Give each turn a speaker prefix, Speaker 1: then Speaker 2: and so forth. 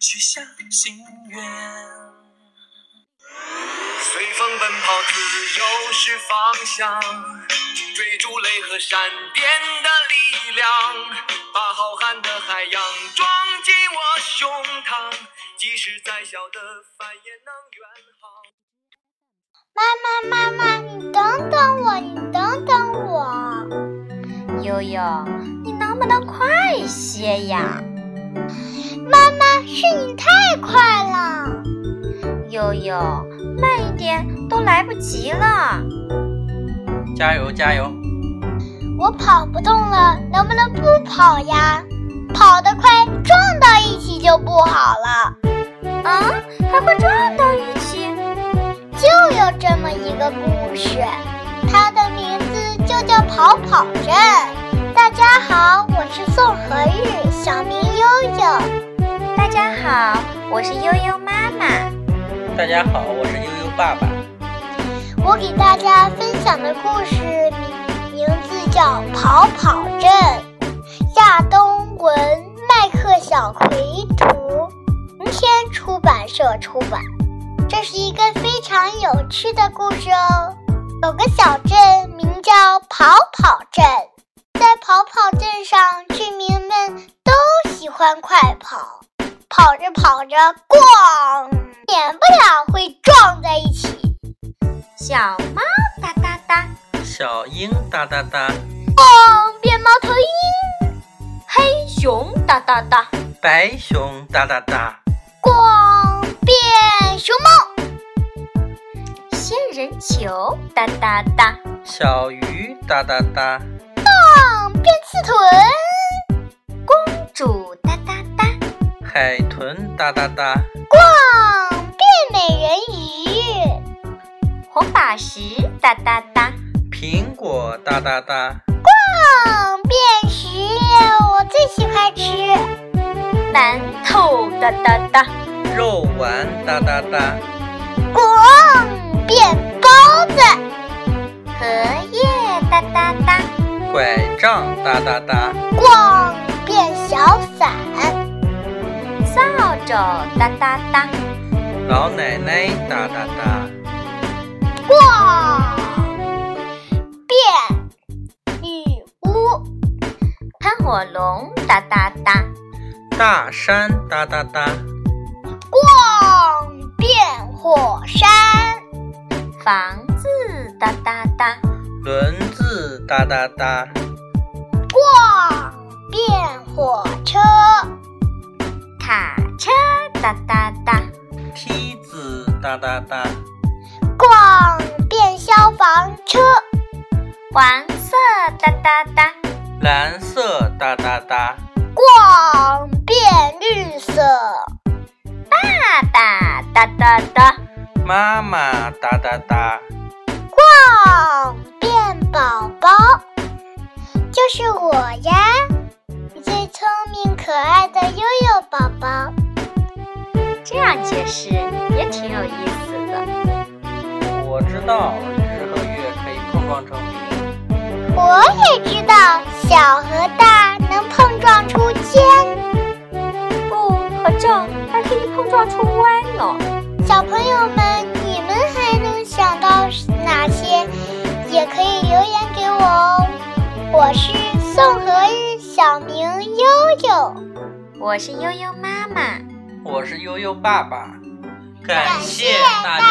Speaker 1: 许下心愿。
Speaker 2: 随风奔跑，自由是方向，追逐雷和闪电的力量，把浩瀚的海洋装进我胸膛，即使再小的帆也能远航。
Speaker 3: 妈妈，妈妈，你等等我，你等等我，
Speaker 4: 悠悠，
Speaker 3: 你能不能快一些呀？
Speaker 4: 妈
Speaker 3: 妈，是你太快了。
Speaker 4: 悠悠，慢一点，都来不及了。
Speaker 5: 加油加油！
Speaker 3: 我跑不动了，能不能不跑呀？跑得快，撞到一起就不好了。
Speaker 4: 啊，还会撞到一起？
Speaker 3: 就有这么一个故事，它的名字就叫跑跑镇。大家好，我是宋和玉，小名悠悠。
Speaker 4: 大家好，我是悠悠妈妈。
Speaker 5: 大家好，我是悠悠爸爸。
Speaker 3: 我给大家分享的故事名字叫《跑跑镇》，亚东文，麦克小葵图，明天出版社出版。这是一个非常有趣的故事哦。有个小镇名叫跑跑镇，在跑跑镇上，居民们都喜欢快跑，跑着跑着，咣！免不了会撞在一起。
Speaker 4: 小猫哒哒哒，
Speaker 5: 小鹰哒哒哒，
Speaker 3: 哦，变猫头鹰。
Speaker 4: 黑熊哒哒哒，
Speaker 5: 白熊哒哒哒，
Speaker 3: 光变熊
Speaker 4: 猫。仙人球哒哒哒，
Speaker 5: 小鱼哒哒哒，
Speaker 3: 棒变刺
Speaker 4: 豚。公主哒哒哒，
Speaker 5: 海豚哒哒哒，
Speaker 3: 咣。美人
Speaker 4: 鱼，红宝石哒哒哒，
Speaker 5: 苹果哒哒哒，
Speaker 3: 逛便食，我最喜欢吃
Speaker 4: 馒头哒哒哒，
Speaker 5: 肉丸哒哒哒，
Speaker 3: 咣变包子，
Speaker 4: 荷叶哒哒哒，
Speaker 5: 拐杖哒哒哒，
Speaker 3: 咣变小伞，
Speaker 4: 扫帚哒哒哒。
Speaker 5: 老奶奶哒哒哒，
Speaker 3: 哇！变女巫，
Speaker 4: 喷火龙哒哒哒，
Speaker 5: 大山哒哒哒，
Speaker 3: 逛变火山，
Speaker 4: 房子哒哒哒，
Speaker 5: 轮子哒哒哒，
Speaker 3: 逛变火车，
Speaker 4: 卡车哒哒哒。
Speaker 5: 梯子哒哒哒，
Speaker 3: 逛变消防车，
Speaker 4: 黄色哒哒哒，
Speaker 5: 蓝色哒哒哒，
Speaker 3: 逛变绿色，
Speaker 4: 爸爸哒哒哒，
Speaker 5: 妈妈哒哒哒，
Speaker 3: 逛变宝宝，就是我呀，你最聪明可爱的悠悠宝宝。
Speaker 4: 这样解释也挺有意思的。
Speaker 5: 我知道日和月可以碰撞成冰。
Speaker 3: 我也知道小和大能碰撞出尖，
Speaker 4: 不和正还可以碰撞出歪呢。
Speaker 3: 小朋友们，你们还能想到哪些？也可以留言给我哦。我是宋和日，小名悠悠。
Speaker 4: 我是悠悠妈妈。
Speaker 5: 我是悠悠爸爸，
Speaker 2: 感谢大
Speaker 3: 家。